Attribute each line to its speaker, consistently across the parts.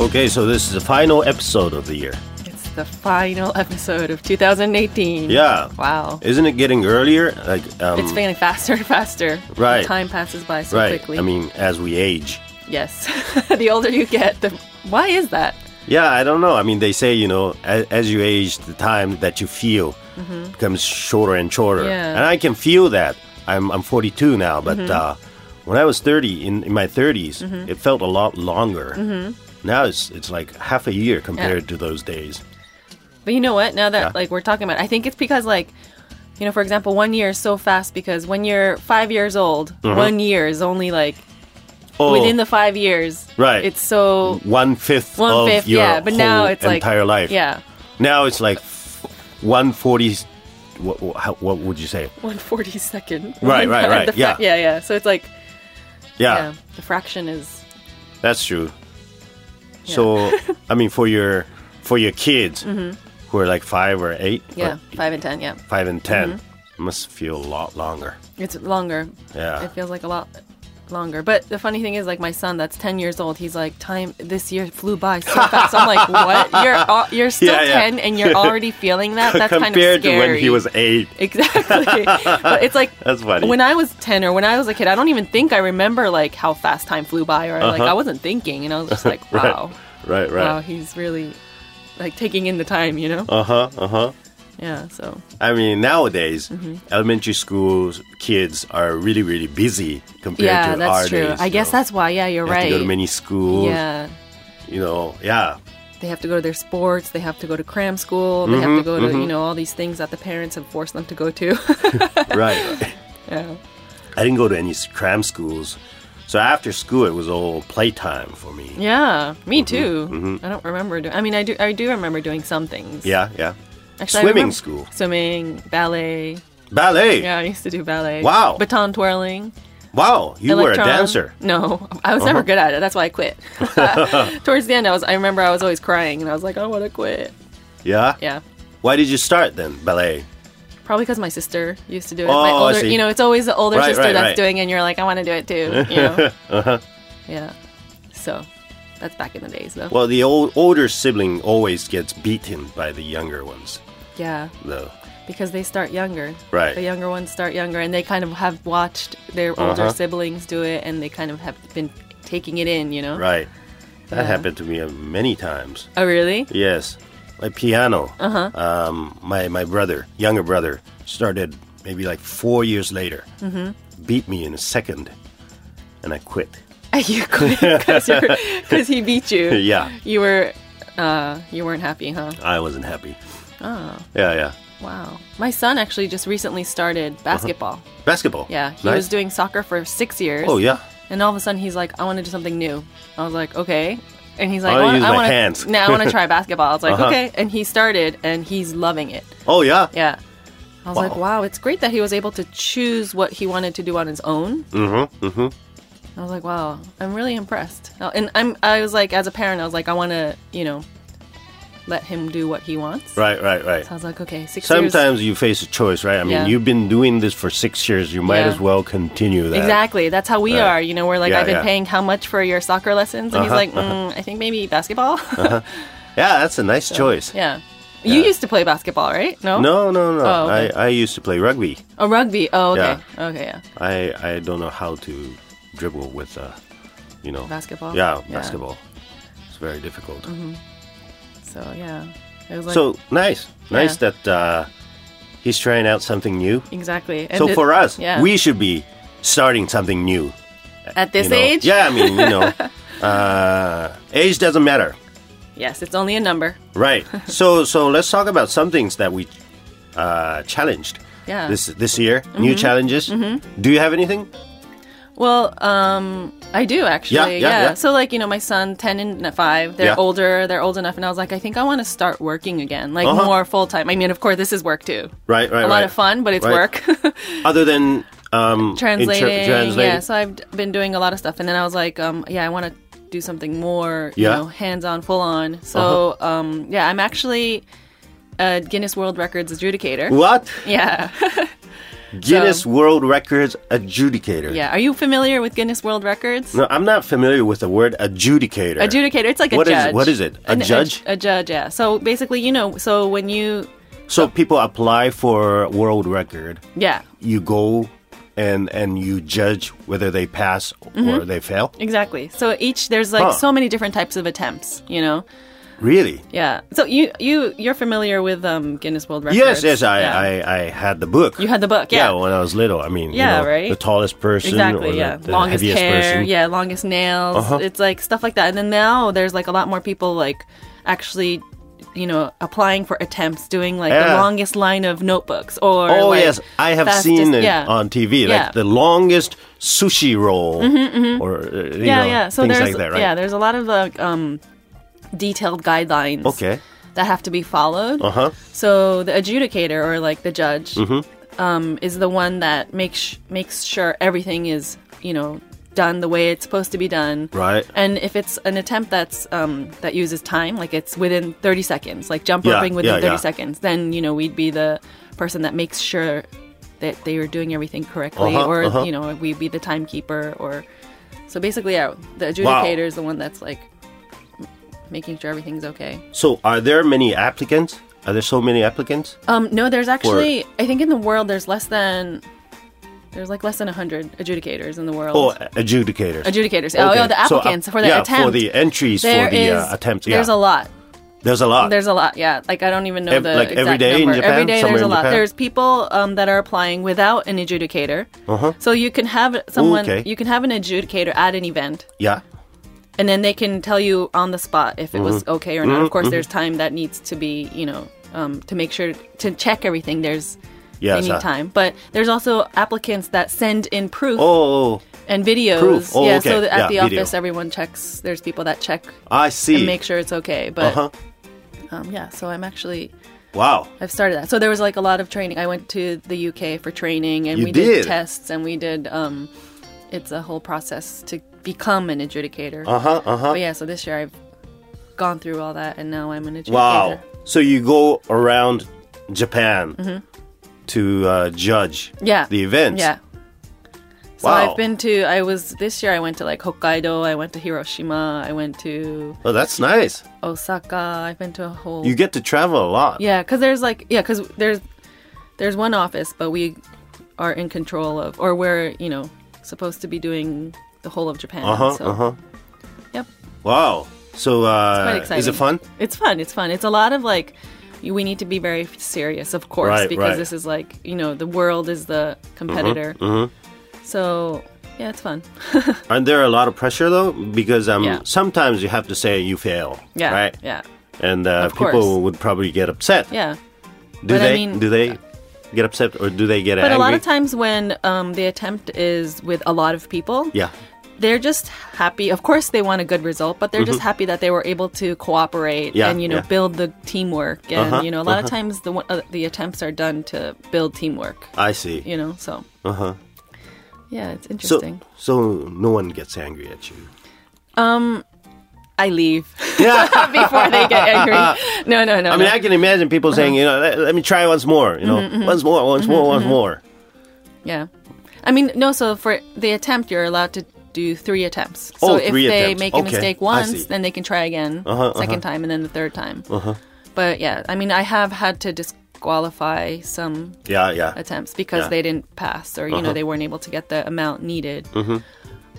Speaker 1: Okay, so this is the final episode of the year.
Speaker 2: It's the final episode of 2018.
Speaker 1: Yeah.
Speaker 2: Wow.
Speaker 1: Isn't it getting earlier? Like, um,
Speaker 2: it's getting faster and faster.
Speaker 1: Right.
Speaker 2: The time passes by so
Speaker 1: right.
Speaker 2: quickly.
Speaker 1: I mean, as we age.
Speaker 2: yes. the older you get, the why is that?
Speaker 1: Yeah, I don't know. I mean, they say you know, as, as you age, the time that you feel becomes shorter and shorter.
Speaker 2: Mm-hmm. Yeah. Mm-hmm.
Speaker 1: And I can feel that. I'm I'm 42 now, but uh, when I was 30, in, in my 30s, it felt a lot longer.
Speaker 2: Mm-hmm.
Speaker 1: Now it's it's like half a year compared to those days.
Speaker 2: But you know what? Now that
Speaker 1: Yeah.
Speaker 2: like we're talking about, it, I think it's because like, you know, for example, one year is so fast because when you're five years old, one year is only like
Speaker 1: Mm-hmm. Oh,
Speaker 2: within the five years.
Speaker 1: Right.
Speaker 2: It's so
Speaker 1: one fifth
Speaker 2: one
Speaker 1: of
Speaker 2: fifth.
Speaker 1: your
Speaker 2: Yeah. But now
Speaker 1: whole
Speaker 2: it's like
Speaker 1: entire life.
Speaker 2: Yeah.
Speaker 1: Now it's like 140. What, what, how- what would you say?
Speaker 2: 140 second.
Speaker 1: Right, right, right,
Speaker 2: The fra-
Speaker 1: yeah.
Speaker 2: yeah, yeah. So it's like, yeah,
Speaker 1: Yeah,
Speaker 2: the fraction is
Speaker 1: that's true. So, I mean, for your for your kids who are like five or eight, or
Speaker 2: Mm-hmm. yeah, five and ten. Yeah,
Speaker 1: five and 10 it must feel a lot longer.
Speaker 2: it's longer.
Speaker 1: Yeah,
Speaker 2: It feels like a lot longer. But the funny thing is, like my son, that's ten years old. He's like, time this year flew by so fast. I'm like, what? You're al- you're still
Speaker 1: Yeah, yeah.
Speaker 2: ten and you're already feeling that. That's kind of
Speaker 1: compared to
Speaker 2: scary.
Speaker 1: when he was eight.
Speaker 2: Exactly. but it's like
Speaker 1: That's funny.
Speaker 2: when I was 10 or when I was a kid, I don't even think I remember like how fast time flew by or like I wasn't thinking and I was just like,
Speaker 1: Uh-huh. Right.
Speaker 2: wow.
Speaker 1: right,
Speaker 2: Wow,
Speaker 1: right.
Speaker 2: he's really like taking in the time, you know?
Speaker 1: Uh huh. Uh huh.
Speaker 2: Yeah, so
Speaker 1: I mean, nowadays,
Speaker 2: Mm-hmm.
Speaker 1: elementary school kids are really, really busy compared
Speaker 2: yeah,
Speaker 1: to our
Speaker 2: that's true.
Speaker 1: days.
Speaker 2: I
Speaker 1: you
Speaker 2: guess
Speaker 1: know.
Speaker 2: that's why. Yeah, you're
Speaker 1: They have
Speaker 2: right.
Speaker 1: to go to many schools.
Speaker 2: yeah,
Speaker 1: You know, yeah.
Speaker 2: they have to go to their sports. They have to go to cram school. They
Speaker 1: Mm-hmm,
Speaker 2: have to go to you know all these things that the parents have forced them to go to.
Speaker 1: right.
Speaker 2: yeah,
Speaker 1: I didn't go to any s- cram schools. So after school, it was all playtime for me.
Speaker 2: yeah, me
Speaker 1: Mm-hmm,
Speaker 2: too. I don't remember. Do- I mean, I do. I do remember doing some things.
Speaker 1: Yeah, yeah.
Speaker 2: Actually, I
Speaker 1: Swimming
Speaker 2: remember-
Speaker 1: school.
Speaker 2: swimming, ballet.
Speaker 1: Ballet.
Speaker 2: Yeah, I used to do ballet.
Speaker 1: Wow.
Speaker 2: baton twirling.
Speaker 1: Wow, you were a
Speaker 2: Electron.
Speaker 1: dancer. Uh-huh.
Speaker 2: No, I was never good at it. That's why I quit. Towards the end, I was. I remember I was always crying, and I was like, I want to quit.
Speaker 1: Yeah?
Speaker 2: Yeah,
Speaker 1: Why did you start then, ballet?
Speaker 2: probably because my sister used to do it.
Speaker 1: Oh,
Speaker 2: my
Speaker 1: I
Speaker 2: older,
Speaker 1: see.
Speaker 2: you know, it's always the older
Speaker 1: Right,
Speaker 2: sister
Speaker 1: right,
Speaker 2: that's
Speaker 1: right. Uh-huh.
Speaker 2: doing, it, and you're like, I want to do it too. You know? Yeah. So that's back in the days, though.
Speaker 1: Well, the old, older sibling always gets beaten by the younger ones,
Speaker 2: yeah,
Speaker 1: though.
Speaker 2: because they start younger.
Speaker 1: Right.
Speaker 2: The younger ones start younger, and they kind of have watched their
Speaker 1: Uh-huh.
Speaker 2: older siblings do it, and they kind of have been taking it in. You know.
Speaker 1: Right. That
Speaker 2: Yeah.
Speaker 1: happened to me uh, many times.
Speaker 2: Oh, really?
Speaker 1: Yes, like piano. Uh-huh. Um, my my brother, younger brother, started maybe like four years later. Mm-hmm. Beat me in a second, and I quit.
Speaker 2: you quit because he beat you.
Speaker 1: Yeah.
Speaker 2: You were, uh, you weren't happy, huh?
Speaker 1: I wasn't happy. Oh. Yeah, yeah.
Speaker 2: Wow. My son actually just recently started basketball.
Speaker 1: Basketball.
Speaker 2: Yeah, he
Speaker 1: Uh-huh. Nice.
Speaker 2: was doing soccer for six years.
Speaker 1: Oh yeah.
Speaker 2: And all of a sudden, he's like, "I want to do something new." I was like, "Okay." And he's like,
Speaker 1: I wanna
Speaker 2: "I
Speaker 1: Oh, use my
Speaker 2: want
Speaker 1: hands."
Speaker 2: to. Now I want to try basketball." I was like,
Speaker 1: Uh-huh.
Speaker 2: "Okay." And he started, and he's loving it.
Speaker 1: Oh yeah.
Speaker 2: Yeah. I was like,
Speaker 1: Wow.
Speaker 2: "Wow, it's great that he was able to choose what he wanted to do on his own."
Speaker 1: Mm-hmm. Mm-hmm.
Speaker 2: I was like, wow, I'm really impressed. Oh, And I'm, I was like, as a parent, I was like, I want to, you know, let him do what he wants.
Speaker 1: Right, right, right.
Speaker 2: So I was like, okay, six years.
Speaker 1: Sometimes you face a choice, right? I mean,
Speaker 2: Yeah.
Speaker 1: you've been doing this for six years. You might
Speaker 2: Yeah.
Speaker 1: as well continue that.
Speaker 2: Exactly. That's how we
Speaker 1: Right.
Speaker 2: are. You know, we're like,
Speaker 1: Yeah,
Speaker 2: I've been
Speaker 1: yeah. Uh-huh,
Speaker 2: paying how much for your soccer lessons? And he's like, mm, I think maybe basketball.
Speaker 1: Yeah, that's a nice choice.
Speaker 2: yeah. You used to play basketball, right? No?
Speaker 1: No, no, no.
Speaker 2: Oh, okay.
Speaker 1: I, I used to play rugby.
Speaker 2: Oh, rugby. Oh, okay.
Speaker 1: Yeah.
Speaker 2: Okay, yeah.
Speaker 1: I I don't know how to dribble with, uh, you know,
Speaker 2: Basketball?
Speaker 1: Yeah,
Speaker 2: Yeah. Mm-hmm.
Speaker 1: basketball. It's very difficult.
Speaker 2: So, yeah. It was like,
Speaker 1: so nice, nice
Speaker 2: Yeah.
Speaker 1: that uh, he's trying out something new.
Speaker 2: exactly.
Speaker 1: so
Speaker 2: it-
Speaker 1: for us,
Speaker 2: yeah.
Speaker 1: we should be starting something new.
Speaker 2: at this
Speaker 1: you know?
Speaker 2: age?
Speaker 1: Yeah, I mean, you know, uh, age doesn't matter,
Speaker 2: Yes, it's only a number.
Speaker 1: right? so so let's talk about some things that we uh, challenged.
Speaker 2: Yeah. Mm-hmm.
Speaker 1: This this year, new challenges. Do you have anything?
Speaker 2: Well, um, I do actually.
Speaker 1: Yeah, yeah, yeah.
Speaker 2: So like you know, my son, ten and five, they're
Speaker 1: Yeah.
Speaker 2: older. They're old enough, and I was like, I think I want to start working again, like
Speaker 1: Uh-huh.
Speaker 2: more full time. I mean, of course, this is work too.
Speaker 1: Right, right,
Speaker 2: A lot
Speaker 1: right.
Speaker 2: of fun, but it's
Speaker 1: Right.
Speaker 2: work.
Speaker 1: Other than um, inter-
Speaker 2: translating.
Speaker 1: translating.
Speaker 2: Yeah. So I've d- been doing a lot of stuff, and then I was like, um, yeah, I want to do something more,
Speaker 1: Yeah. Uh-huh.
Speaker 2: you know, hands on, full on. So um, yeah, I'm actually a Guinness World Records adjudicator.
Speaker 1: What?
Speaker 2: Yeah.
Speaker 1: Guinness World Records adjudicator.
Speaker 2: Yeah. Are you familiar with Guinness World Records?
Speaker 1: No, I'm not familiar with the word adjudicator.
Speaker 2: Adjudicator. It's like a
Speaker 1: What is-
Speaker 2: judge.
Speaker 1: what is it? A
Speaker 2: An-
Speaker 1: judge?
Speaker 2: A, judge. Yeah. So basically, you know, so when you,
Speaker 1: So people apply for world record.
Speaker 2: yeah,
Speaker 1: You go and and you judge whether they pass
Speaker 2: Mm-hmm.
Speaker 1: or they fail.
Speaker 2: exactly. So each there's like
Speaker 1: Huh.
Speaker 2: so many different types of attempts. You know.
Speaker 1: Really?
Speaker 2: Yeah. So you you you're familiar with um Guinness World Records?
Speaker 1: Yes, yes. I,
Speaker 2: Yeah.
Speaker 1: I, I had the book.
Speaker 2: You had the book.
Speaker 1: yeah.
Speaker 2: Yeah.
Speaker 1: when I was little. I mean, you
Speaker 2: Yeah,
Speaker 1: know,
Speaker 2: right?
Speaker 1: the tallest person, or
Speaker 2: Exactly,
Speaker 1: the,
Speaker 2: yeah.
Speaker 1: the
Speaker 2: longest
Speaker 1: heaviest
Speaker 2: hair,
Speaker 1: person.
Speaker 2: yeah, longest nails.
Speaker 1: Uh-huh.
Speaker 2: It's like stuff like that. And then now there's like a lot more people like actually, you know, applying for attempts, doing like the
Speaker 1: Yeah.
Speaker 2: longest line of notebooks or
Speaker 1: Oh
Speaker 2: like,
Speaker 1: yes, I have
Speaker 2: fastest-
Speaker 1: seen it
Speaker 2: yeah.
Speaker 1: on TV,
Speaker 2: Yeah. Mm-hmm,
Speaker 1: like the longest sushi roll, or uh, you
Speaker 2: yeah,
Speaker 1: know,
Speaker 2: yeah. So
Speaker 1: things
Speaker 2: there's
Speaker 1: like that, right?
Speaker 2: yeah, there's a lot of like um, detailed guidelines.
Speaker 1: Okay.
Speaker 2: That have to be followed.
Speaker 1: Uh huh.
Speaker 2: So the adjudicator or like the judge
Speaker 1: Mm-hmm.
Speaker 2: um, is the one that makes makes sure everything is you know done the way it's supposed to be done.
Speaker 1: Right.
Speaker 2: And if it's an attempt that's um, that uses time, like it's within 30 seconds, like jump
Speaker 1: Yeah,
Speaker 2: roping within
Speaker 1: yeah,
Speaker 2: 30
Speaker 1: yeah.
Speaker 2: seconds, then you know we'd be the person that makes sure that they are doing everything correctly,
Speaker 1: Uh-huh,
Speaker 2: or
Speaker 1: uh-huh.
Speaker 2: you know we'd be the timekeeper, or so basically, yeah, the adjudicator is the one that's like m- making sure everything's okay.
Speaker 1: So are there many applicants? Are there so many applicants?
Speaker 2: Um, no, there's actually, I think in the world there's less than, there's like less than 100 adjudicators in the world.
Speaker 1: Oh, adjudicators.
Speaker 2: adjudicators. Oh,
Speaker 1: Okay.
Speaker 2: yeah, the
Speaker 1: So, uh,
Speaker 2: applicants for the
Speaker 1: yeah,
Speaker 2: attempt.
Speaker 1: for the entries
Speaker 2: There
Speaker 1: for the
Speaker 2: is-
Speaker 1: uh, attempts. Yeah,
Speaker 2: There's a lot.
Speaker 1: There's a lot.
Speaker 2: There's a lot, yeah. Like I don't even know
Speaker 1: Ev-
Speaker 2: the
Speaker 1: like every
Speaker 2: exact
Speaker 1: day in
Speaker 2: number.
Speaker 1: Japan?
Speaker 2: every day
Speaker 1: Somewhere
Speaker 2: there's a
Speaker 1: in
Speaker 2: lot.
Speaker 1: Japan?
Speaker 2: There's people um, that are applying without an adjudicator. Uh-huh. So you can have someone,
Speaker 1: okay.
Speaker 2: you can have an adjudicator at an event,
Speaker 1: yeah.
Speaker 2: and then they can tell you on the spot if it was
Speaker 1: Mm-hmm.
Speaker 2: okay or not. Of course, there's time that needs to be, you know, um, to make sure to check everything. There's
Speaker 1: Yes,
Speaker 2: any
Speaker 1: uh,
Speaker 2: time, but there's also applicants that send in proof
Speaker 1: Oh, oh,
Speaker 2: and videos.
Speaker 1: Proof. Oh,
Speaker 2: yeah,
Speaker 1: okay.
Speaker 2: so that at
Speaker 1: Yeah,
Speaker 2: the
Speaker 1: video.
Speaker 2: office, everyone checks. There's people that check
Speaker 1: I see.
Speaker 2: and make sure it's okay. But
Speaker 1: Uh-huh.
Speaker 2: um, yeah, so I'm actually
Speaker 1: Wow.
Speaker 2: I've started that. So there was like a lot of training. I went to the UK for training, and
Speaker 1: You
Speaker 2: we did.
Speaker 1: did?
Speaker 2: tests, and we did. Um, it's a whole process to become an adjudicator.
Speaker 1: Uh huh. Uh huh.
Speaker 2: But yeah, so this year I've gone through all that, and now I'm an adjudicator.
Speaker 1: Wow. So you go around Japan
Speaker 2: Mm-hmm.
Speaker 1: to uh, judge
Speaker 2: Yeah.
Speaker 1: the events.
Speaker 2: Yeah. So
Speaker 1: Wow.
Speaker 2: I've been to. I was this year. I went to like Hokkaido. I went to Hiroshima. I went to
Speaker 1: Oh, that's nice.
Speaker 2: Osaka. I've been to a whole.
Speaker 1: You get to travel a lot.
Speaker 2: Yeah, because there's like yeah, because there's there's one office, but we are in control of, or we're you know supposed to be doing the whole of Japan.
Speaker 1: Uh huh.
Speaker 2: so,
Speaker 1: Uh huh.
Speaker 2: Yep,
Speaker 1: Wow. So
Speaker 2: quite
Speaker 1: uh,
Speaker 2: exciting.
Speaker 1: is it fun?
Speaker 2: It's fun. It's fun. It's a lot of like you- we need to be very serious, of course,
Speaker 1: Right,
Speaker 2: because
Speaker 1: right. Mm-hmm,
Speaker 2: this is like you know the world is the competitor. So yeah, it's fun.
Speaker 1: Aren't there a lot of pressure though? Because um,
Speaker 2: Yeah.
Speaker 1: sometimes you have to say you fail.
Speaker 2: Yeah,
Speaker 1: Right.
Speaker 2: yeah,
Speaker 1: And uh,
Speaker 2: Of course.
Speaker 1: people would probably get upset.
Speaker 2: yeah.
Speaker 1: Do
Speaker 2: But I
Speaker 1: they?
Speaker 2: mean-
Speaker 1: do they get upset or do they get
Speaker 2: But
Speaker 1: angry?
Speaker 2: a lot of times when um, the attempt is with a lot of people,
Speaker 1: yeah.
Speaker 2: they're just happy. Of course, they want a good result, but they're just happy that they were able to cooperate
Speaker 1: Mm-hmm. Yeah,
Speaker 2: and you know
Speaker 1: yeah.
Speaker 2: build the teamwork. And
Speaker 1: Uh-huh,
Speaker 2: you know, a lot of times the one- uh, the attempts are done to build teamwork.
Speaker 1: I see.
Speaker 2: You know, so
Speaker 1: Uh huh.
Speaker 2: yeah, it's
Speaker 1: So
Speaker 2: interesting.
Speaker 1: so no one gets angry at you.
Speaker 2: I leave
Speaker 1: Yeah.
Speaker 2: before they get angry. No, no, no.
Speaker 1: I mean,
Speaker 2: no.
Speaker 1: I can imagine people saying, you know, let, let me try once more, you know,
Speaker 2: Mm-hmm,
Speaker 1: once more, once more, once more.
Speaker 2: yeah, I mean, no. So for the attempt, you're allowed to do three attempts.
Speaker 1: Oh,
Speaker 2: so if
Speaker 1: three
Speaker 2: they
Speaker 1: attempts.
Speaker 2: make a
Speaker 1: Okay,
Speaker 2: mistake
Speaker 1: I see. Uh-huh,
Speaker 2: once, then they can try again 2nd time, and then the third time. But yeah, I mean, I have had to disqualify some
Speaker 1: Yeah, yeah.
Speaker 2: attempts because
Speaker 1: Yeah. Uh-huh.
Speaker 2: they didn't pass or you know they weren't able to get the amount needed.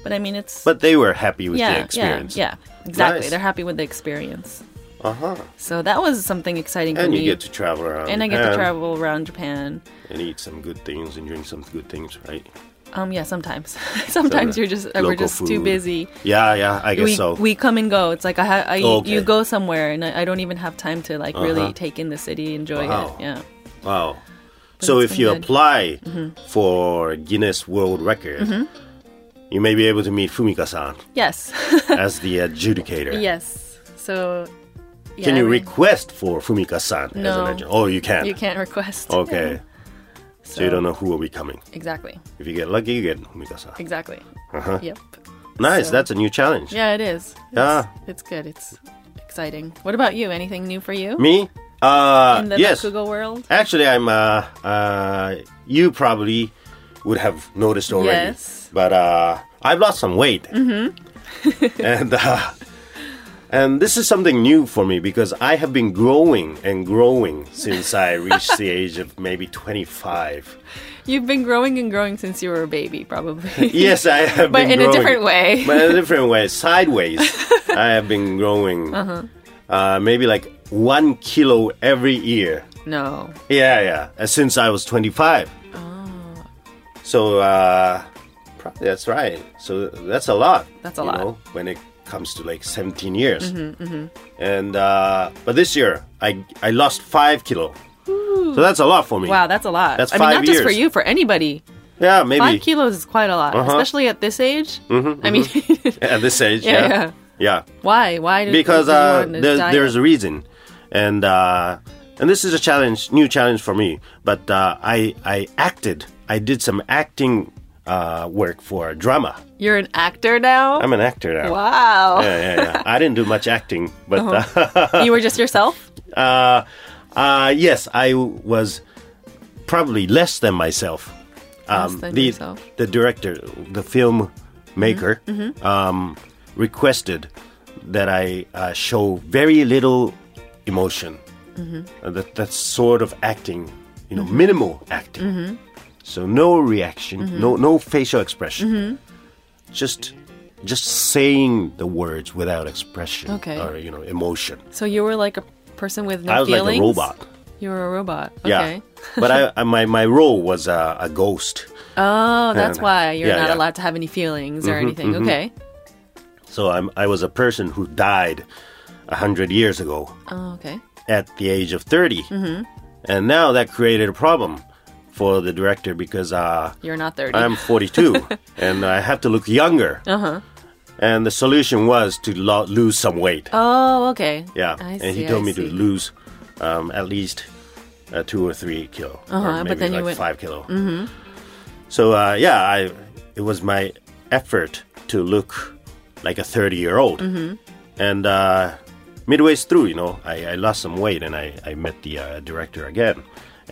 Speaker 2: But I mean, it's
Speaker 1: Mm-hmm. But they were happy with the
Speaker 2: yeah, yeah,
Speaker 1: experience.
Speaker 2: yeah, exactly.
Speaker 1: Nice. Uh-huh.
Speaker 2: They're happy with the experience. Uh huh. So that was something exciting for
Speaker 1: And
Speaker 2: me.
Speaker 1: you get to travel around.
Speaker 2: and I get to
Speaker 1: Japan
Speaker 2: travel around Japan.
Speaker 1: And eat some good things and drink some good things, right?
Speaker 2: Um, yeah, sometimes, sometimes
Speaker 1: So,
Speaker 2: you're just uh, we're
Speaker 1: local
Speaker 2: just too
Speaker 1: food.
Speaker 2: busy.
Speaker 1: Yeah, yeah, I guess
Speaker 2: We,
Speaker 1: so.
Speaker 2: we come and go. It's like I, ha- I
Speaker 1: Oh, okay.
Speaker 2: you go somewhere and I, I don't even have time to like really
Speaker 1: Uh-huh.
Speaker 2: take in the city, enjoy
Speaker 1: Wow.
Speaker 2: it. Yeah,
Speaker 1: wow. So
Speaker 2: it's
Speaker 1: if
Speaker 2: been
Speaker 1: you
Speaker 2: good. Mm-hmm.
Speaker 1: apply for Guinness World Record, you may be able to meet Fumika-san
Speaker 2: yes,
Speaker 1: as the adjudicator.
Speaker 2: yes. So yeah,
Speaker 1: Can
Speaker 2: I
Speaker 1: you
Speaker 2: mean,
Speaker 1: request for Fumika-san as
Speaker 2: No.
Speaker 1: an adjudicator? Oh, you can.
Speaker 2: You can't request.
Speaker 1: Okay.
Speaker 2: Yeah.
Speaker 1: So you don't know who will be coming.
Speaker 2: Exactly.
Speaker 1: If you get lucky, you get Fumika-san.
Speaker 2: Exactly.
Speaker 1: Uh-huh.
Speaker 2: Yep.
Speaker 1: Nice,
Speaker 2: So-
Speaker 1: that's a new challenge.
Speaker 2: Yeah, it is. It's,
Speaker 1: Yeah.
Speaker 2: It's good. It's exciting. What about you? Anything new for you?
Speaker 1: Me? Uh,
Speaker 2: in the
Speaker 1: yes.
Speaker 2: Bakugo world?
Speaker 1: Actually, I'm. Uh, uh, you probably would have noticed already.
Speaker 2: Yes.
Speaker 1: But uh, I've lost some weight. Mm-hmm. and uh, and this is something new for me because I have been growing and growing since I reached the age of maybe 25.
Speaker 2: You've been growing and growing since you were a baby, probably.
Speaker 1: Yes, I have
Speaker 2: But
Speaker 1: been
Speaker 2: in a
Speaker 1: growing.
Speaker 2: different way.
Speaker 1: But in a different way, sideways. I have been growing. Uh-huh. maybe like one kilo every year.
Speaker 2: no.
Speaker 1: Yeah, yeah. Uh, since I was 25.
Speaker 2: Ah.
Speaker 1: So, uh, probably that's right. So that's a lot.
Speaker 2: That's a
Speaker 1: you
Speaker 2: lot. Mm-hmm,
Speaker 1: Know, when it comes to like 17 years. And, uh, but this year I, I lost five kilo. So that's a lot for me.
Speaker 2: Wow, that's a lot.
Speaker 1: That's
Speaker 2: I mean,
Speaker 1: five
Speaker 2: not just for
Speaker 1: years.
Speaker 2: you, for anybody.
Speaker 1: Yeah, maybe.
Speaker 2: Five kilos is quite a lot,
Speaker 1: Uh-huh.
Speaker 2: especially at this age.
Speaker 1: Mm-hmm,
Speaker 2: I mean,
Speaker 1: At this age.
Speaker 2: Yeah,
Speaker 1: Yeah. yeah.
Speaker 2: why? Why? do-
Speaker 1: because
Speaker 2: do you
Speaker 1: uh,
Speaker 2: want to
Speaker 1: there's,
Speaker 2: diet?
Speaker 1: there's a reason, and uh, and this is a challenge, new challenge for me. But uh, I I acted, I did some acting uh, work for drama.
Speaker 2: You're an actor now.
Speaker 1: I'm an actor now.
Speaker 2: wow.
Speaker 1: Yeah, yeah, yeah. I didn't do much acting, but
Speaker 2: you were just yourself.
Speaker 1: uh, uh, yes, I was probably less than myself. Um,
Speaker 2: Less than
Speaker 1: the
Speaker 2: yourself. Mm-hmm.
Speaker 1: the director, the film maker, um, requested that I uh, show very little emotion.
Speaker 2: Mm-hmm.
Speaker 1: Uh, that that's sort of acting, you know, minimal acting.
Speaker 2: Mm-hmm.
Speaker 1: So no reaction, no no facial expression,
Speaker 2: Mm-hmm.
Speaker 1: just just saying the words without expression
Speaker 2: Okay.
Speaker 1: or you know emotion.
Speaker 2: So you were like a person with no
Speaker 1: I was
Speaker 2: feelings.
Speaker 1: like a robot.
Speaker 2: You were a robot.
Speaker 1: Yeah,
Speaker 2: Okay.
Speaker 1: but I, I my my role was uh, a ghost.
Speaker 2: Oh, that's
Speaker 1: Yeah.
Speaker 2: why you're
Speaker 1: uh, Yeah, Mm-hmm,
Speaker 2: not
Speaker 1: yeah.
Speaker 2: allowed to have any feelings or anything. Okay.
Speaker 1: So I'm, I was a person who died a hundred years ago
Speaker 2: Oh, okay.
Speaker 1: at the age of 30 and now that created a problem for the director because uh,
Speaker 2: You're not 30.
Speaker 1: I'm 42 and I have to look younger. Uh-huh. And the solution was to lo- lose some weight.
Speaker 2: oh, okay.
Speaker 1: yeah,
Speaker 2: I see,
Speaker 1: and he told
Speaker 2: I
Speaker 1: me
Speaker 2: see.
Speaker 1: to lose um, at least uh, two or three kilo,
Speaker 2: Uh-huh,
Speaker 1: or
Speaker 2: but
Speaker 1: maybe
Speaker 2: then you
Speaker 1: like
Speaker 2: went-
Speaker 1: five kilo. Mm-hmm. So uh, yeah, I it was my effort to look like a thirty year old,
Speaker 2: Mm-hmm.
Speaker 1: and uh, midway through, you know, I, I lost some weight, and I I met the uh, director again.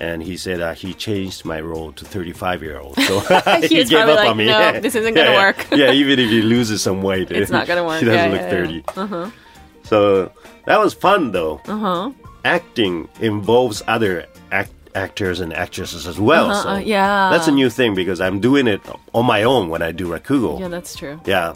Speaker 1: And he said uh, he changed my role to 35 year old. So he
Speaker 2: He was
Speaker 1: gave up
Speaker 2: probably like,
Speaker 1: on me.
Speaker 2: "No, this isn't
Speaker 1: Yeah,
Speaker 2: gonna
Speaker 1: yeah.
Speaker 2: work."
Speaker 1: yeah, even if he loses some weight,
Speaker 2: It's not gonna work.
Speaker 1: He doesn't
Speaker 2: Yeah,
Speaker 1: look
Speaker 2: yeah, Uh-huh.
Speaker 1: 30.
Speaker 2: yeah.
Speaker 1: So that was fun though.
Speaker 2: Uh-huh.
Speaker 1: Acting involves other act- actors and actresses as well.
Speaker 2: Uh-huh,
Speaker 1: so
Speaker 2: uh, yeah.
Speaker 1: That's a new thing because I'm doing it on my own when I do Rakugo.
Speaker 2: Yeah, that's true.
Speaker 1: yeah.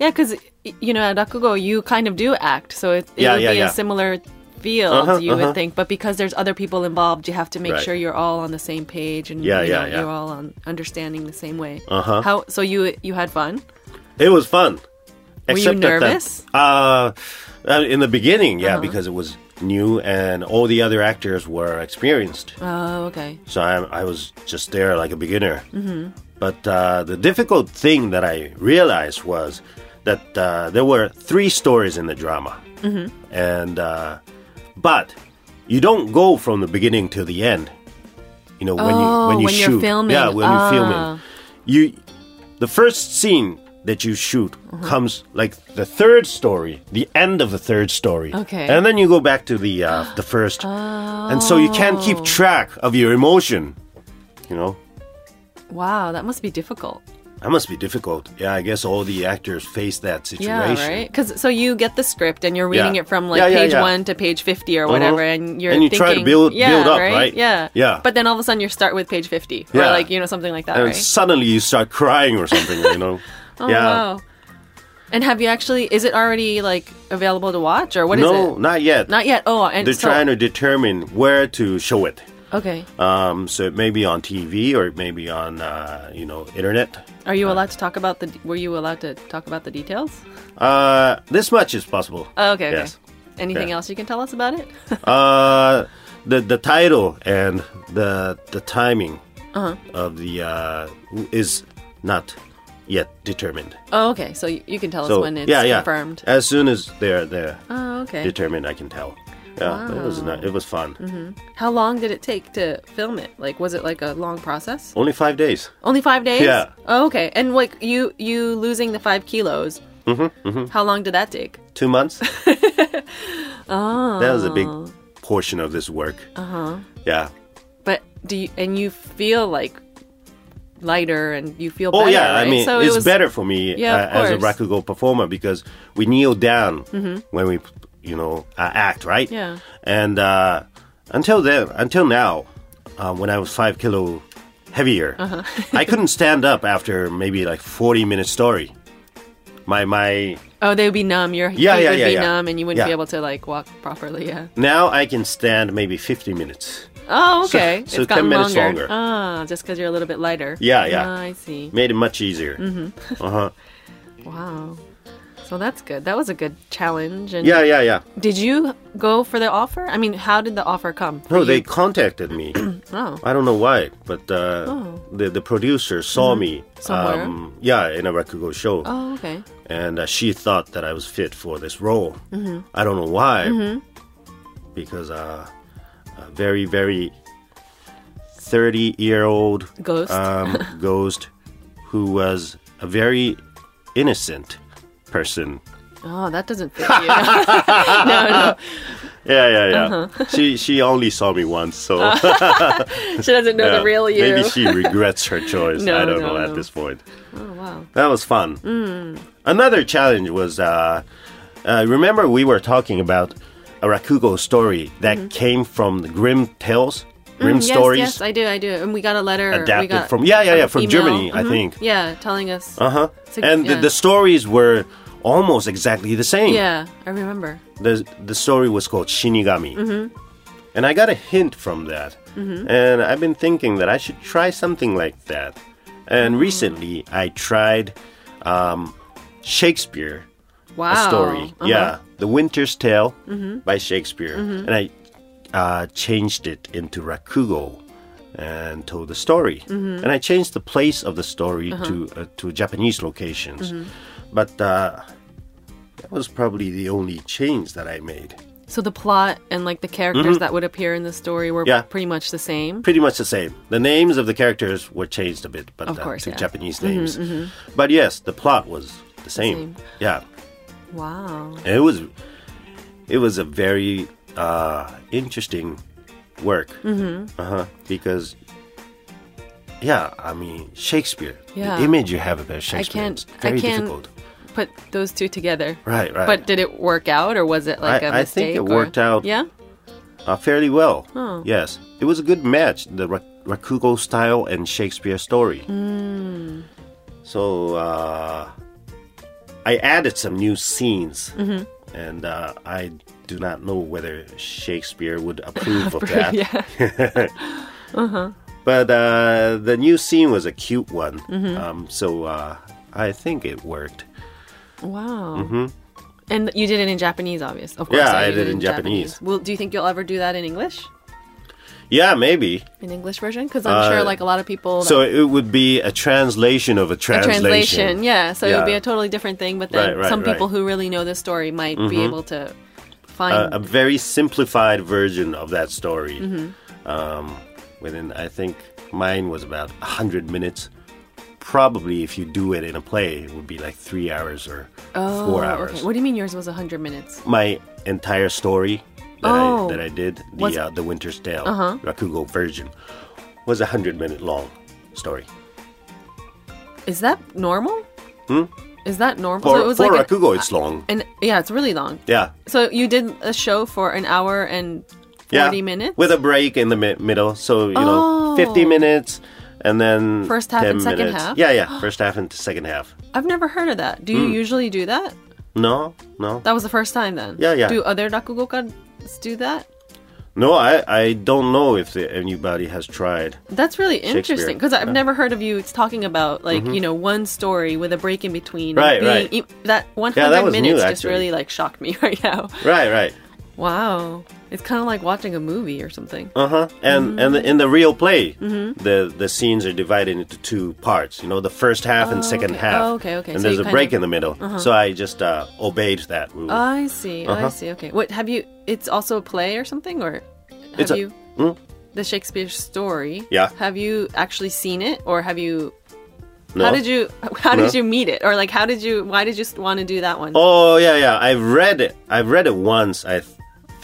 Speaker 2: Yeah, because you know at Rakugo you kind of do act, so it, it
Speaker 1: Yeah,
Speaker 2: would
Speaker 1: yeah,
Speaker 2: be
Speaker 1: yeah.
Speaker 2: a similar field
Speaker 1: Uh-huh,
Speaker 2: you
Speaker 1: uh-huh.
Speaker 2: would think, but because there's other people involved, you have to make
Speaker 1: Right.
Speaker 2: sure you're all on the same page and
Speaker 1: Yeah,
Speaker 2: you
Speaker 1: yeah,
Speaker 2: know,
Speaker 1: yeah.
Speaker 2: you're all on understanding the same way.
Speaker 1: Uh-huh.
Speaker 2: How so? You you had fun?
Speaker 1: It was fun.
Speaker 2: you
Speaker 1: that-
Speaker 2: nervous? Uh-huh.
Speaker 1: uh, uh, in the beginning, yeah, because it was new and all the other actors were experienced.
Speaker 2: Oh, okay.
Speaker 1: So I, I was just there like a beginner. But uh, the difficult thing that I realized was that uh, there were three stories in the drama, and uh, but you don't go from the beginning to the end. You know when you when
Speaker 2: Oh,
Speaker 1: you
Speaker 2: when you're
Speaker 1: shoot,
Speaker 2: filming.
Speaker 1: yeah, when
Speaker 2: Ah.
Speaker 1: you're filming, you the first scene that you shoot comes like the third story, the end of the third story,
Speaker 2: Okay.
Speaker 1: and then you go back to the uh, the first, and so you can't keep
Speaker 2: Oh.
Speaker 1: track of your emotion. You know,
Speaker 2: Wow, that must be difficult.
Speaker 1: that must be difficult. Yeah, I guess all the actors face that situation.
Speaker 2: Yeah, right. Because so you get the script and you're reading
Speaker 1: Yeah.
Speaker 2: it from like
Speaker 1: Yeah, yeah,
Speaker 2: page
Speaker 1: yeah. Uh-huh.
Speaker 2: one to page fifty or whatever, and you're
Speaker 1: And you
Speaker 2: thinking,
Speaker 1: try to build-
Speaker 2: yeah,
Speaker 1: build up,
Speaker 2: right?
Speaker 1: right?
Speaker 2: Yeah,
Speaker 1: Yeah.
Speaker 2: But then all of a sudden you start with page fifty or
Speaker 1: Yeah.
Speaker 2: like you know something like that,
Speaker 1: And
Speaker 2: right?
Speaker 1: suddenly you start crying or something. You know.
Speaker 2: Oh,
Speaker 1: yeah.
Speaker 2: wow. And have you actually? Is it already like available to watch or what is
Speaker 1: No,
Speaker 2: it?
Speaker 1: not yet.
Speaker 2: Not yet. Oh, and
Speaker 1: They're
Speaker 2: so,
Speaker 1: trying to determine where to show it.
Speaker 2: Okay.
Speaker 1: Um, so it may be on TV or it may be on uh, you know internet.
Speaker 2: Are you allowed to talk about the? Were you allowed to talk about the details?
Speaker 1: Uh, this much is possible.
Speaker 2: Oh, okay. Okay.
Speaker 1: Yes.
Speaker 2: Anything
Speaker 1: Yeah.
Speaker 2: else you can tell us about it?
Speaker 1: Uh, the the title and the the timing
Speaker 2: Uh-huh.
Speaker 1: of the uh, is not yet determined.
Speaker 2: oh, okay. So you, you can tell
Speaker 1: So
Speaker 2: us when it's
Speaker 1: yeah, yeah.
Speaker 2: confirmed.
Speaker 1: As soon as they're they're
Speaker 2: Oh, okay.
Speaker 1: determined, I can tell. Yeah, it was not, it was fun.
Speaker 2: Mm-hmm. How long did it take to film it? Like, was it like a long process?
Speaker 1: Only five days.
Speaker 2: Only five days.
Speaker 1: Yeah.
Speaker 2: Oh, okay. And like you, you losing the five kilos. Mm-hmm, How long did that take?
Speaker 1: Two months. oh, that was a big portion of this work. Uh huh.
Speaker 2: Uh-huh.
Speaker 1: Yeah.
Speaker 2: But do you and you feel like lighter and you feel
Speaker 1: Oh
Speaker 2: better?
Speaker 1: yeah,
Speaker 2: right?
Speaker 1: I mean
Speaker 2: so
Speaker 1: it's
Speaker 2: it was,
Speaker 1: better for me
Speaker 2: Yeah, of
Speaker 1: uh, as a
Speaker 2: course. Mm-hmm.
Speaker 1: rakugo performer because we kneel down when we you know uh, act right.
Speaker 2: Yeah.
Speaker 1: And uh, until then, until now, uh, when I was five kilo heavier,
Speaker 2: Uh-huh.
Speaker 1: I couldn't stand up after maybe like forty minute story. My my
Speaker 2: Oh, they would be numb. Your
Speaker 1: Yeah,
Speaker 2: feet
Speaker 1: yeah,
Speaker 2: would
Speaker 1: yeah,
Speaker 2: be
Speaker 1: yeah.
Speaker 2: numb, and you wouldn't
Speaker 1: Yeah.
Speaker 2: be able to like walk properly. Yeah.
Speaker 1: now I can stand maybe fifty minutes.
Speaker 2: Oh, okay.
Speaker 1: so
Speaker 2: it's
Speaker 1: 10
Speaker 2: gotten
Speaker 1: minutes longer.
Speaker 2: longer. Ah, just because you're a little bit lighter.
Speaker 1: Yeah, yeah.
Speaker 2: Ah, I see.
Speaker 1: Made it much easier.
Speaker 2: Mm-hmm.
Speaker 1: uh huh.
Speaker 2: Wow. So that's good. That was a good challenge. And
Speaker 1: Yeah, yeah, yeah.
Speaker 2: Did you go for the offer? I mean, how did the offer come? for
Speaker 1: No,
Speaker 2: you?
Speaker 1: they contacted me.
Speaker 2: Oh.
Speaker 1: I don't know why, but uh, the the producer saw me. um,
Speaker 2: Mm-hmm. Somewhere?
Speaker 1: yeah, in a rakugo show,
Speaker 2: Oh, okay.
Speaker 1: and uh, she thought that I was fit for this role.
Speaker 2: Mm-hmm.
Speaker 1: I don't know why, because uh, a very very thirty year old
Speaker 2: Ghost.
Speaker 1: um, ghost who was a very innocent person.
Speaker 2: Oh, that doesn't fit you. no, no.
Speaker 1: Yeah, yeah, yeah.
Speaker 2: Uh-huh.
Speaker 1: She she only saw me once, so.
Speaker 2: Oh. She doesn't know
Speaker 1: Yeah,
Speaker 2: the real you.
Speaker 1: Maybe she regrets her choice.
Speaker 2: No,
Speaker 1: I don't know
Speaker 2: no,
Speaker 1: at
Speaker 2: no. Hmm.
Speaker 1: this point.
Speaker 2: Oh, wow.
Speaker 1: That was fun. Another challenge was uh, uh, remember we were talking about a Rakugo story that came from the Grim Tales, Grim
Speaker 2: Mm-hmm. Mm, Yes,
Speaker 1: Stories,
Speaker 2: yes, I do, I do. And we got a letter. we
Speaker 1: adapted
Speaker 2: got
Speaker 1: from yeah, yeah, yeah, from
Speaker 2: email.
Speaker 1: Germany, I
Speaker 2: Mhm.
Speaker 1: think.
Speaker 2: Yeah, telling us.
Speaker 1: Uh huh.
Speaker 2: So,
Speaker 1: and
Speaker 2: yeah.
Speaker 1: the, the stories were almost exactly the same.
Speaker 2: Yeah, I remember.
Speaker 1: the the story was called Shinigami, and I got a hint from that, and I've been thinking that I should try something like that. And recently, I tried um, Shakespeare
Speaker 2: Wow.
Speaker 1: a story,
Speaker 2: Uh-huh. Mm-hmm.
Speaker 1: yeah, The Winter's Tale by Shakespeare, and I uh, changed it into Rakugo and told the story,
Speaker 2: Mm-hmm.
Speaker 1: and I changed the place of the story
Speaker 2: Uh-huh.
Speaker 1: to uh, to Japanese locations,
Speaker 2: Mm-hmm.
Speaker 1: but. Uh, that was probably the only change that I made.
Speaker 2: So the plot and like the characters that would appear in the story were
Speaker 1: Mm-hmm. Yeah.
Speaker 2: pretty much the same.
Speaker 1: pretty much the same. The names of the characters were changed a bit, but
Speaker 2: Of
Speaker 1: uh,
Speaker 2: course,
Speaker 1: to
Speaker 2: yeah. Mm-hmm,
Speaker 1: Japanese names. But yes, the plot was the same.
Speaker 2: same.
Speaker 1: Yeah,
Speaker 2: Wow.
Speaker 1: and it was it was a very uh, interesting work. Mm-hmm. Uh huh. Because yeah, I mean Shakespeare.
Speaker 2: Yeah.
Speaker 1: The image you have about Shakespeare
Speaker 2: can't-
Speaker 1: is
Speaker 2: I
Speaker 1: very
Speaker 2: can't-
Speaker 1: difficult.
Speaker 2: Put those two together.
Speaker 1: Right, right.
Speaker 2: But did it work out or was it like
Speaker 1: I-
Speaker 2: a
Speaker 1: I think
Speaker 2: mistake?
Speaker 1: it
Speaker 2: or-
Speaker 1: worked out.
Speaker 2: Yeah?
Speaker 1: uh, fairly well.
Speaker 2: Oh.
Speaker 1: Yes, it was a good match, the Ra- Rakugo style and Shakespeare story.
Speaker 2: Mm.
Speaker 1: So uh, I added some new scenes,
Speaker 2: Mm-hmm.
Speaker 1: and uh, I do not know whether Shakespeare would approve of that.
Speaker 2: yeah.
Speaker 1: But uh, the new scene was a cute one,
Speaker 2: Mm-hmm.
Speaker 1: um, so uh, I think it worked.
Speaker 2: Wow. And you did it in Japanese, obvious. Of course.
Speaker 1: Mm-hmm. Yeah,
Speaker 2: uh,
Speaker 1: I
Speaker 2: you
Speaker 1: did it in Japanese.
Speaker 2: Well, do you think you'll ever do that in English?
Speaker 1: Yeah, maybe.
Speaker 2: An English version? Because I'm sure like a lot of people.
Speaker 1: Uh, So it would be a translation of a
Speaker 2: a
Speaker 1: translation.
Speaker 2: translation, yeah. So it would be
Speaker 1: Yeah.
Speaker 2: a totally different thing. But then
Speaker 1: Right, right,
Speaker 2: some
Speaker 1: right. Mm-hmm. Uh,
Speaker 2: people who really know this story might be able to find.
Speaker 1: a, a very simplified version of that story.
Speaker 2: Mm-hmm.
Speaker 1: Um, within, I think mine was about 100 minutes. Probably, if you do it in a play, it would be like three hours or
Speaker 2: oh,
Speaker 1: four hours.
Speaker 2: Okay. What do you mean yours was 100 minutes?
Speaker 1: My entire story that,
Speaker 2: Oh.
Speaker 1: I, that I did, the
Speaker 2: Was- Uh-huh.
Speaker 1: uh, the Winter's Tale, Rakugo version, was a 100 minute long story.
Speaker 2: Is that normal? Is that normal?
Speaker 1: Hmm? For,
Speaker 2: so it was
Speaker 1: for
Speaker 2: like
Speaker 1: Rakugo, it's long.
Speaker 2: an, an yeah, it's really long.
Speaker 1: Yeah.
Speaker 2: So you did a show for an hour and 40 minutes?
Speaker 1: With a break in the mi- middle. So, you know, 50
Speaker 2: Oh.
Speaker 1: minutes and then
Speaker 2: First half
Speaker 1: 10
Speaker 2: and second
Speaker 1: minutes.
Speaker 2: half?
Speaker 1: Yeah, yeah. First half and second half.
Speaker 2: I've never heard of that. Do
Speaker 1: Hmm.
Speaker 2: you usually do that?
Speaker 1: No, no.
Speaker 2: That was the first time then.
Speaker 1: Yeah, yeah.
Speaker 2: Do other rakugokas do that?
Speaker 1: No, I, I don't know if the, anybody has tried.
Speaker 2: That's really interesting because I've
Speaker 1: Yeah. Mm-hmm.
Speaker 2: never heard of you talking about like you know one story with a break in between. and
Speaker 1: Right,
Speaker 2: being-
Speaker 1: right.
Speaker 2: e- That 100
Speaker 1: was new,
Speaker 2: minutes just
Speaker 1: actually.
Speaker 2: really like shocked me right now.
Speaker 1: Right, right.
Speaker 2: Wow, it's kind of like watching a movie or something.
Speaker 1: Uh huh. And and
Speaker 2: Mm-hmm.
Speaker 1: the, in the real play, the the scenes are divided into two parts. You know, the first half and second
Speaker 2: okay.
Speaker 1: half.
Speaker 2: Oh, okay, okay.
Speaker 1: And
Speaker 2: So
Speaker 1: there's
Speaker 2: you
Speaker 1: a
Speaker 2: kind
Speaker 1: break
Speaker 2: of- Uh-huh. Oh,
Speaker 1: in the middle. So I just uh, obeyed that rule.
Speaker 2: I see.
Speaker 1: Uh-huh.
Speaker 2: I see. Okay. What have you? It's also a play or something, or have
Speaker 1: It's a- Hmm?
Speaker 2: you? The Shakespeare story.
Speaker 1: Yeah.
Speaker 2: Have you actually seen it, or have you?
Speaker 1: no?
Speaker 2: How did you? How
Speaker 1: No.
Speaker 2: did you meet it, or like how did you? Why did you want to do that one?
Speaker 1: Oh yeah, yeah. I've read it. I've read it once. I th-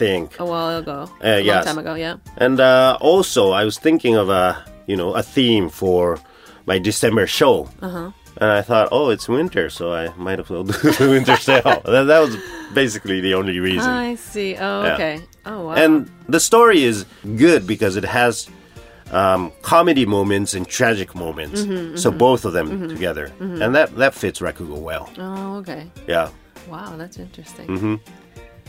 Speaker 1: think.
Speaker 2: a while ago.
Speaker 1: Uh,
Speaker 2: a
Speaker 1: yes.
Speaker 2: long time ago, yeah.
Speaker 1: And uh, also, I was thinking of a you know a theme for my December show,
Speaker 2: Uh-huh.
Speaker 1: and I thought, oh, it's winter, so I might as well do the winter sale. that, that was basically the only reason.
Speaker 2: I see. Oh,
Speaker 1: Yeah.
Speaker 2: okay. Oh, wow.
Speaker 1: And the story is good because it has um, comedy moments and tragic moments,
Speaker 2: Mm-hmm,
Speaker 1: so both of them together, and that that fits Rakugo well.
Speaker 2: oh, okay.
Speaker 1: Yeah,
Speaker 2: Wow, that's interesting.
Speaker 1: Mm-hmm.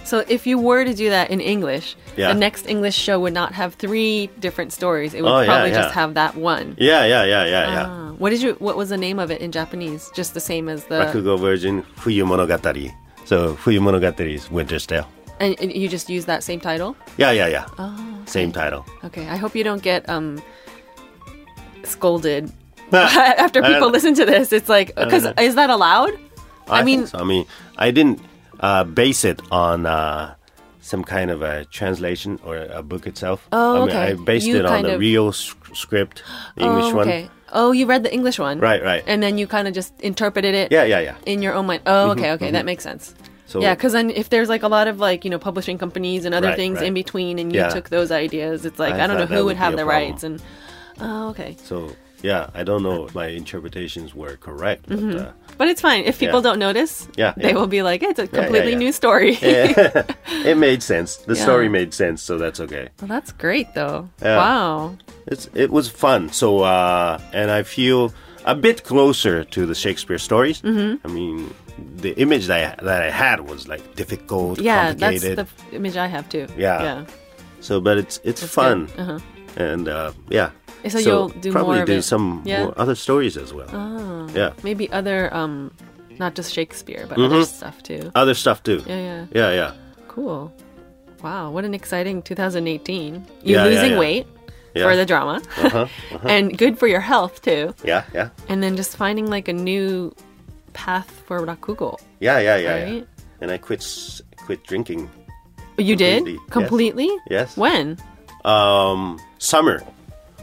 Speaker 2: So, if you were to do that in English,
Speaker 1: Yeah.
Speaker 2: the next English show would not have three different stories. It would
Speaker 1: Oh, yeah,
Speaker 2: probably
Speaker 1: yeah.
Speaker 2: just have that one.
Speaker 1: yeah, yeah, yeah, yeah, yeah.
Speaker 2: Ah, what did you? What was the name of it in Japanese? Just the same as the.
Speaker 1: Rakugo version Fuyu Monogatari. So Fuyu Monogatari is Winter's Tale.
Speaker 2: And, and you just use that same title.
Speaker 1: Yeah, yeah, yeah. Same title.
Speaker 2: Ah, Okay. I hope you don't get um scolded after people listen to this. It's like because is that allowed? I,
Speaker 1: think
Speaker 2: mean,
Speaker 1: so. I mean, I didn't uh, base it on uh, some kind of a translation or a book itself.
Speaker 2: Oh,
Speaker 1: I mean,
Speaker 2: okay.
Speaker 1: I based
Speaker 2: You
Speaker 1: it on
Speaker 2: kind
Speaker 1: the
Speaker 2: of-
Speaker 1: real sc- script, the English
Speaker 2: oh, okay.
Speaker 1: one.
Speaker 2: Oh, you read the English one,
Speaker 1: Right, right.
Speaker 2: And then you kind of just interpreted it.
Speaker 1: Yeah, yeah, yeah.
Speaker 2: in your own mind. Oh, okay, okay, that makes sense.
Speaker 1: Mm-hmm, So-
Speaker 2: yeah, because then if there's like a lot of like you know publishing companies and other
Speaker 1: Right,
Speaker 2: things
Speaker 1: right.
Speaker 2: in between, and you
Speaker 1: Yeah.
Speaker 2: took those ideas, it's like
Speaker 1: I
Speaker 2: I, don't know
Speaker 1: thought that
Speaker 2: who
Speaker 1: would
Speaker 2: would
Speaker 1: be
Speaker 2: have
Speaker 1: a
Speaker 2: the
Speaker 1: problem.
Speaker 2: rights. And oh, okay,
Speaker 1: So, yeah, I don't know if my interpretations were correct, but
Speaker 2: Mm-hmm.
Speaker 1: uh,
Speaker 2: but it's fine if people
Speaker 1: Yeah.
Speaker 2: don't notice.
Speaker 1: Yeah,
Speaker 2: they
Speaker 1: yeah.
Speaker 2: will be like, it's a completely
Speaker 1: yeah.
Speaker 2: new story.
Speaker 1: it made sense. The
Speaker 2: Yeah.
Speaker 1: story made sense, so that's okay.
Speaker 2: well, that's great though.
Speaker 1: Yeah.
Speaker 2: Wow.
Speaker 1: It's it was fun. So uh, and I feel a bit closer to the Shakespeare stories. Mm-hmm. I mean, the image that I, that I had was like difficult,
Speaker 2: Yeah, that's
Speaker 1: complicated.
Speaker 2: the image I have too.
Speaker 1: Yeah.
Speaker 2: yeah.
Speaker 1: so, but it's it's fun, and uh, yeah.
Speaker 2: Uh-huh. So you'll do
Speaker 1: probably
Speaker 2: more of
Speaker 1: do
Speaker 2: it.
Speaker 1: some
Speaker 2: Yeah. Ah.
Speaker 1: more other stories as well. Yeah,
Speaker 2: Maybe other, um, not just Shakespeare, but
Speaker 1: Mm-hmm.
Speaker 2: other stuff too.
Speaker 1: other stuff too.
Speaker 2: Yeah, yeah.
Speaker 1: yeah, yeah.
Speaker 2: Cool. Wow, what an exciting 2018. You
Speaker 1: Yeah, yeah,
Speaker 2: losing
Speaker 1: yeah.
Speaker 2: weight
Speaker 1: Yeah. Uh-huh,
Speaker 2: for the drama. and good for your health too.
Speaker 1: Yeah, yeah,
Speaker 2: And then just finding like a new path for Rakugo.
Speaker 1: yeah, yeah, yeah. yeah.
Speaker 2: Right.
Speaker 1: And I quit s- quit drinking.
Speaker 2: You
Speaker 1: Completely,
Speaker 2: did? Completely?
Speaker 1: Yes.
Speaker 2: When?
Speaker 1: Um, summer.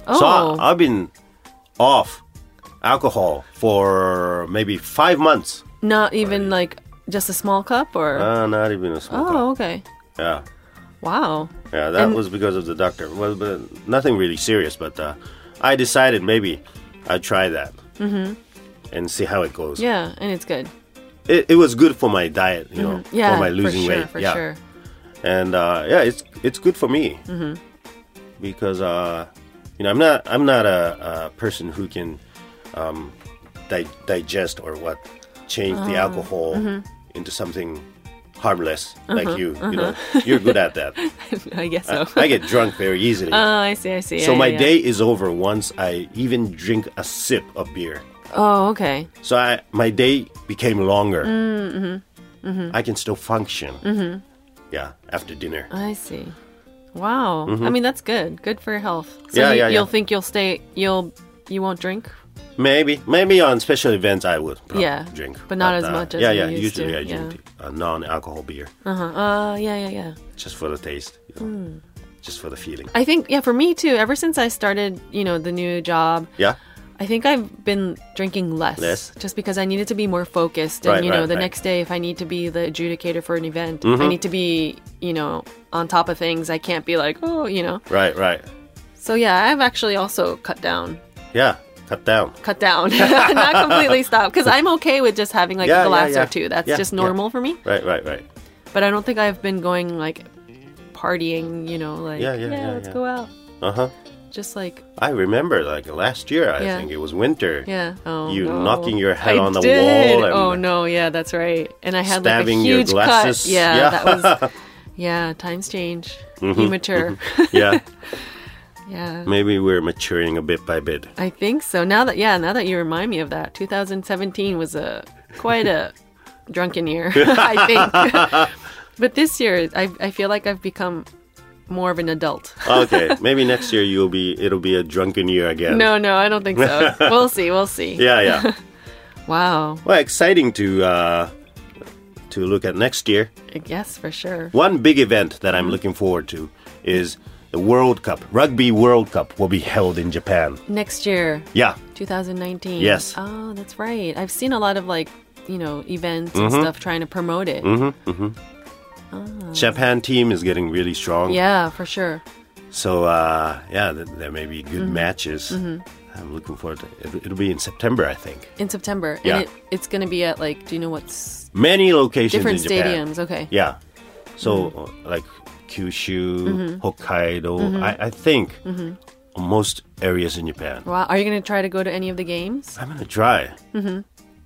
Speaker 2: Oh.
Speaker 1: So I, I've been off alcohol for maybe five months.
Speaker 2: not even like just a small cup or
Speaker 1: Uh, not even a small
Speaker 2: Oh, okay.
Speaker 1: cup. Yeah.
Speaker 2: Wow.
Speaker 1: Yeah, that
Speaker 2: And-
Speaker 1: was because of the doctor. Well, but nothing really serious, but uh, I decided maybe I'd try that and see how it goes.
Speaker 2: Mm-hmm. Yeah, and it's good.
Speaker 1: It, it was good for my diet, you know,
Speaker 2: Mm-hmm. Yeah.
Speaker 1: for my losing
Speaker 2: sure,
Speaker 1: weight.
Speaker 2: For
Speaker 1: yeah.
Speaker 2: sure.
Speaker 1: And uh, yeah, it's it's good for me
Speaker 2: Mm-hmm.
Speaker 1: because uh, you know I'm not I'm not a, a person who can um, di- digest or what change the
Speaker 2: Oh,
Speaker 1: alcohol
Speaker 2: mm-hmm.
Speaker 1: into something harmless
Speaker 2: Uh-huh,
Speaker 1: like you. You know, you're good at that.
Speaker 2: I guess so.
Speaker 1: Uh, I get drunk very easily.
Speaker 2: oh, I see, I see.
Speaker 1: So
Speaker 2: Yeah,
Speaker 1: my
Speaker 2: yeah, yeah.
Speaker 1: day is over once I even drink a sip of beer.
Speaker 2: Oh, okay.
Speaker 1: So I, my day became longer.
Speaker 2: Mm-hmm.
Speaker 1: I can still function. Yeah, after dinner.
Speaker 2: I see. Wow. I mean, that's good. Good for your health. So
Speaker 1: Mm-hmm. Yeah,
Speaker 2: you,
Speaker 1: yeah, yeah.
Speaker 2: you'll think you'll stay. You'll you won't drink.
Speaker 1: Maybe, maybe on special events I would probably
Speaker 2: Yeah,
Speaker 1: drink, uh,
Speaker 2: but not as much as
Speaker 1: yeah,
Speaker 2: we
Speaker 1: yeah.
Speaker 2: used to,
Speaker 1: usually I
Speaker 2: yeah.
Speaker 1: drink a non-alcohol beer
Speaker 2: Uh huh. Hmm. Uh yeah yeah yeah.
Speaker 1: just for the taste, you know, just for the feeling.
Speaker 2: I think yeah for me too. Ever since I started, you know, the new job,
Speaker 1: Yeah,
Speaker 2: I think I've been drinking less.
Speaker 1: Less?
Speaker 2: Just because I needed to be more focused, and
Speaker 1: Right,
Speaker 2: you
Speaker 1: right,
Speaker 2: know, the
Speaker 1: right. Mm-hmm.
Speaker 2: next day if I need to be the adjudicator for an event, I need to be you know on top of things. I can't be like oh you know.
Speaker 1: right, right.
Speaker 2: So yeah, I've actually also cut down.
Speaker 1: Yeah, cut down.
Speaker 2: cut down, not completely stop, because I'm okay with just having like
Speaker 1: Yeah,
Speaker 2: a
Speaker 1: yeah,
Speaker 2: glass
Speaker 1: yeah.
Speaker 2: or two. That's
Speaker 1: Yeah,
Speaker 2: just
Speaker 1: yeah.
Speaker 2: normal for me.
Speaker 1: Right, right, right.
Speaker 2: But I don't think I've been going like partying. You know, like
Speaker 1: Yeah,
Speaker 2: yeah,
Speaker 1: yeah, yeah,
Speaker 2: let's
Speaker 1: yeah.
Speaker 2: go out.
Speaker 1: Uh huh.
Speaker 2: Just like
Speaker 1: I remember, like last year, I
Speaker 2: Yeah.
Speaker 1: think it was winter.
Speaker 2: yeah, oh
Speaker 1: You
Speaker 2: no.
Speaker 1: knocking your head
Speaker 2: I
Speaker 1: on the
Speaker 2: did.
Speaker 1: wall and
Speaker 2: oh no, yeah, that's right. And I had like a
Speaker 1: stabbing your
Speaker 2: huge
Speaker 1: glasses.
Speaker 2: cut. Yeah,
Speaker 1: Yeah. Mm-hmm.
Speaker 2: that was. Yeah, times change. You mature.
Speaker 1: yeah.
Speaker 2: yeah.
Speaker 1: Maybe we're maturing a bit by bit.
Speaker 2: I think so. Now that yeah, now that you remind me of that, 2017 was a quite a drunken year, I think. but this year, I I feel like I've become more of an adult.
Speaker 1: Okay, maybe next year you'll be it'll be a drunken year again.
Speaker 2: No, no, I don't think so. We'll see. We'll see.
Speaker 1: Yeah, yeah.
Speaker 2: Wow.
Speaker 1: Well, exciting to uh, to look at next year.
Speaker 2: I guess for sure.
Speaker 1: One big event that I'm looking forward to is the World Cup. Rugby World Cup will be held in Japan.
Speaker 2: Next year,
Speaker 1: Yeah,
Speaker 2: 2019.
Speaker 1: Yes.
Speaker 2: Oh, that's
Speaker 1: Mm-hmm.
Speaker 2: right. I've seen a lot of like you know events and stuff trying to promote it. Mm-hmm,
Speaker 1: Japan team is getting really strong.
Speaker 2: Yeah, for sure.
Speaker 1: So uh, yeah, th- there may be
Speaker 2: Mm-hmm.
Speaker 1: good matches. I'm looking forward to it. It'll be in September, I think.
Speaker 2: In September.
Speaker 1: Yeah.
Speaker 2: And it, it's going to be at like, do you know what's
Speaker 1: Many locations
Speaker 2: different Mm-hmm.
Speaker 1: in Japan.
Speaker 2: stadiums? Okay.
Speaker 1: Yeah. So uh, like
Speaker 2: Mm-hmm.
Speaker 1: Kyushu, Hokkaido, I, I think most areas in Japan.
Speaker 2: Wow. Are you going to try to go to any of the games?
Speaker 1: I'm gonna try.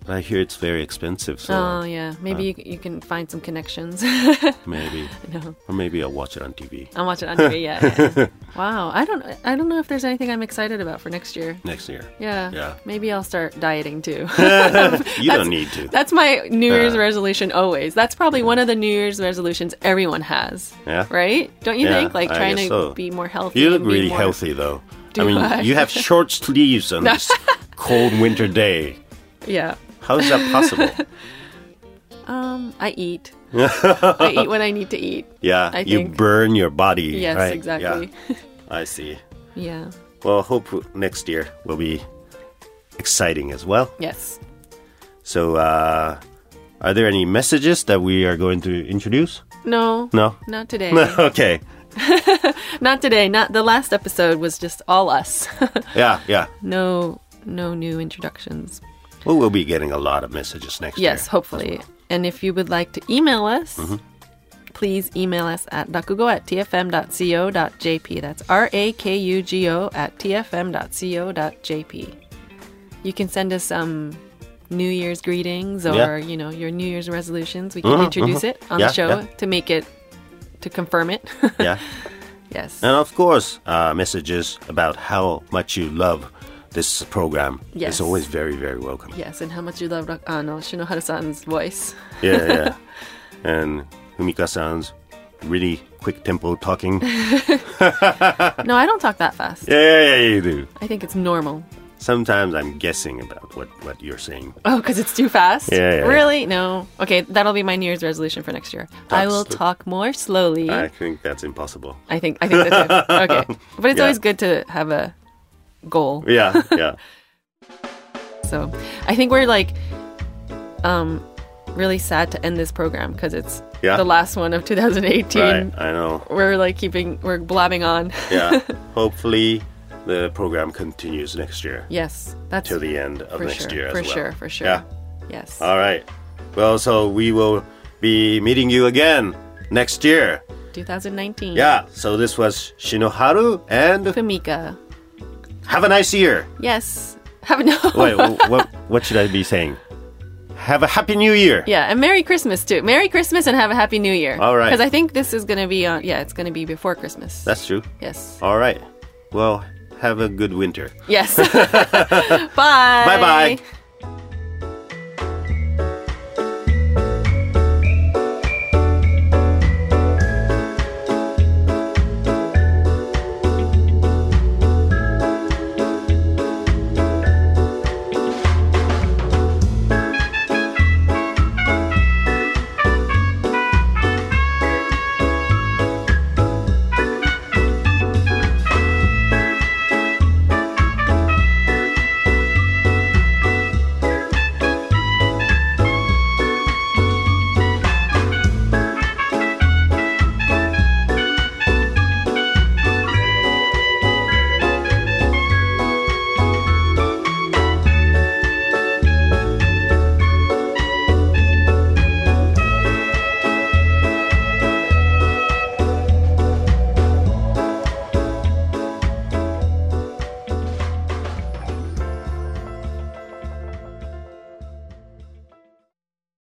Speaker 1: But I hear it's very expensive, so
Speaker 2: Mm-hmm. Oh, yeah.
Speaker 1: Uh.
Speaker 2: Maybe you, you can find some connections.
Speaker 1: maybe,
Speaker 2: no.
Speaker 1: or maybe I'll watch it on TV
Speaker 2: I'm watching on TV. Yeah, yeah, yeah. wow. I don't. I don't know if there's anything I'm excited about for next year.
Speaker 1: next year.
Speaker 2: Yeah.
Speaker 1: Yeah.
Speaker 2: Maybe I'll start dieting too.
Speaker 1: You don't need to.
Speaker 2: That's my New Year's
Speaker 1: Yeah.
Speaker 2: resolution always. That's probably one of the New Year's resolutions everyone has.
Speaker 1: Yeah.
Speaker 2: Right? Don't you
Speaker 1: Yeah,
Speaker 2: think? Like
Speaker 1: I
Speaker 2: trying to
Speaker 1: guess so.
Speaker 2: be more healthy.
Speaker 1: You look
Speaker 2: and be
Speaker 1: really
Speaker 2: more-
Speaker 1: healthy, though.
Speaker 2: Do
Speaker 1: I mean,
Speaker 2: I?
Speaker 1: you have short sleeves on this cold winter day.
Speaker 2: Yeah.
Speaker 1: How is that possible?
Speaker 2: Um, I eat. I eat what I need to eat.
Speaker 1: Yeah,
Speaker 2: I
Speaker 1: you
Speaker 2: think.
Speaker 1: burn your body.
Speaker 2: Yes,
Speaker 1: right?
Speaker 2: exactly.
Speaker 1: Yeah, I see.
Speaker 2: Yeah.
Speaker 1: Well, hope next year will be exciting as well.
Speaker 2: Yes.
Speaker 1: So, uh, are there any messages that we are going to introduce?
Speaker 2: No.
Speaker 1: No.
Speaker 2: Not today.
Speaker 1: okay.
Speaker 2: Not today. Not the last episode was just all us.
Speaker 1: Yeah, yeah.
Speaker 2: no no new introductions.
Speaker 1: Well, we'll be getting a lot of messages next year.
Speaker 2: Yes, hopefully. And if you would like to email us,
Speaker 1: Mm-hmm.
Speaker 2: please email us at rakugo at tfm.co.jp. That's R A K U G O at tfm.co.jp. You can send us some New Year's greetings or,
Speaker 1: Yeah. Mm-hmm,
Speaker 2: you know, your New Year's resolutions. We can introduce it on
Speaker 1: Yeah,
Speaker 2: the show
Speaker 1: yeah.
Speaker 2: to make it, to confirm it.
Speaker 1: Yeah.
Speaker 2: yes.
Speaker 1: And of course, uh, messages about how much you love this program
Speaker 2: Yes.
Speaker 1: is always very, very welcome.
Speaker 2: Yes, and how much you love Rak- uh, no, Shinohara-san's voice.
Speaker 1: Yeah, yeah. and Humika sounds really quick tempo talking. yeah,
Speaker 2: no, I don't talk that fast.
Speaker 1: yeah, yeah, you do.
Speaker 2: I think it's normal.
Speaker 1: Sometimes I'm guessing about what, what you're saying.
Speaker 2: Oh, because it's too fast?
Speaker 1: Yeah, yeah, yeah.
Speaker 2: really? No. Okay, that'll be my New Year's resolution for next year. I will
Speaker 1: Absolute-
Speaker 2: talk more slowly.
Speaker 1: I
Speaker 2: I,
Speaker 1: think that's impossible.
Speaker 2: think I think that's it. Okay. But it's
Speaker 1: Yeah.
Speaker 2: always good to have a goal.
Speaker 1: Yeah, yeah.
Speaker 2: So I think we're like um really sad to end this program because it's
Speaker 1: Yeah.
Speaker 2: the last one of 2018.
Speaker 1: right, I know.
Speaker 2: We're like keeping we're blabbing on.
Speaker 1: Yeah. Hopefully, the program continues next year
Speaker 2: yes. That's
Speaker 1: till the end of
Speaker 2: for
Speaker 1: next
Speaker 2: sure.
Speaker 1: year as
Speaker 2: for
Speaker 1: well.
Speaker 2: sure, for sure.
Speaker 1: Yeah. Uh,
Speaker 2: Yes.
Speaker 1: All right. Well, so we will be meeting you again next year.
Speaker 2: 2019.
Speaker 1: Yeah. So this was Shinoharu and
Speaker 2: Famika.
Speaker 1: have a nice year.
Speaker 2: Yes. Have no
Speaker 1: Wait, what what should I be saying? Have a happy new year.
Speaker 2: Yeah, and Merry Christmas too. Merry Christmas and have a Happy New Year.
Speaker 1: All right.
Speaker 2: Because I think this is going to be on, yeah, it's going to be before Christmas.
Speaker 1: That's true.
Speaker 2: yes.
Speaker 1: All right. Well, have a good winter.
Speaker 2: Yes. Bye.
Speaker 1: Bye bye.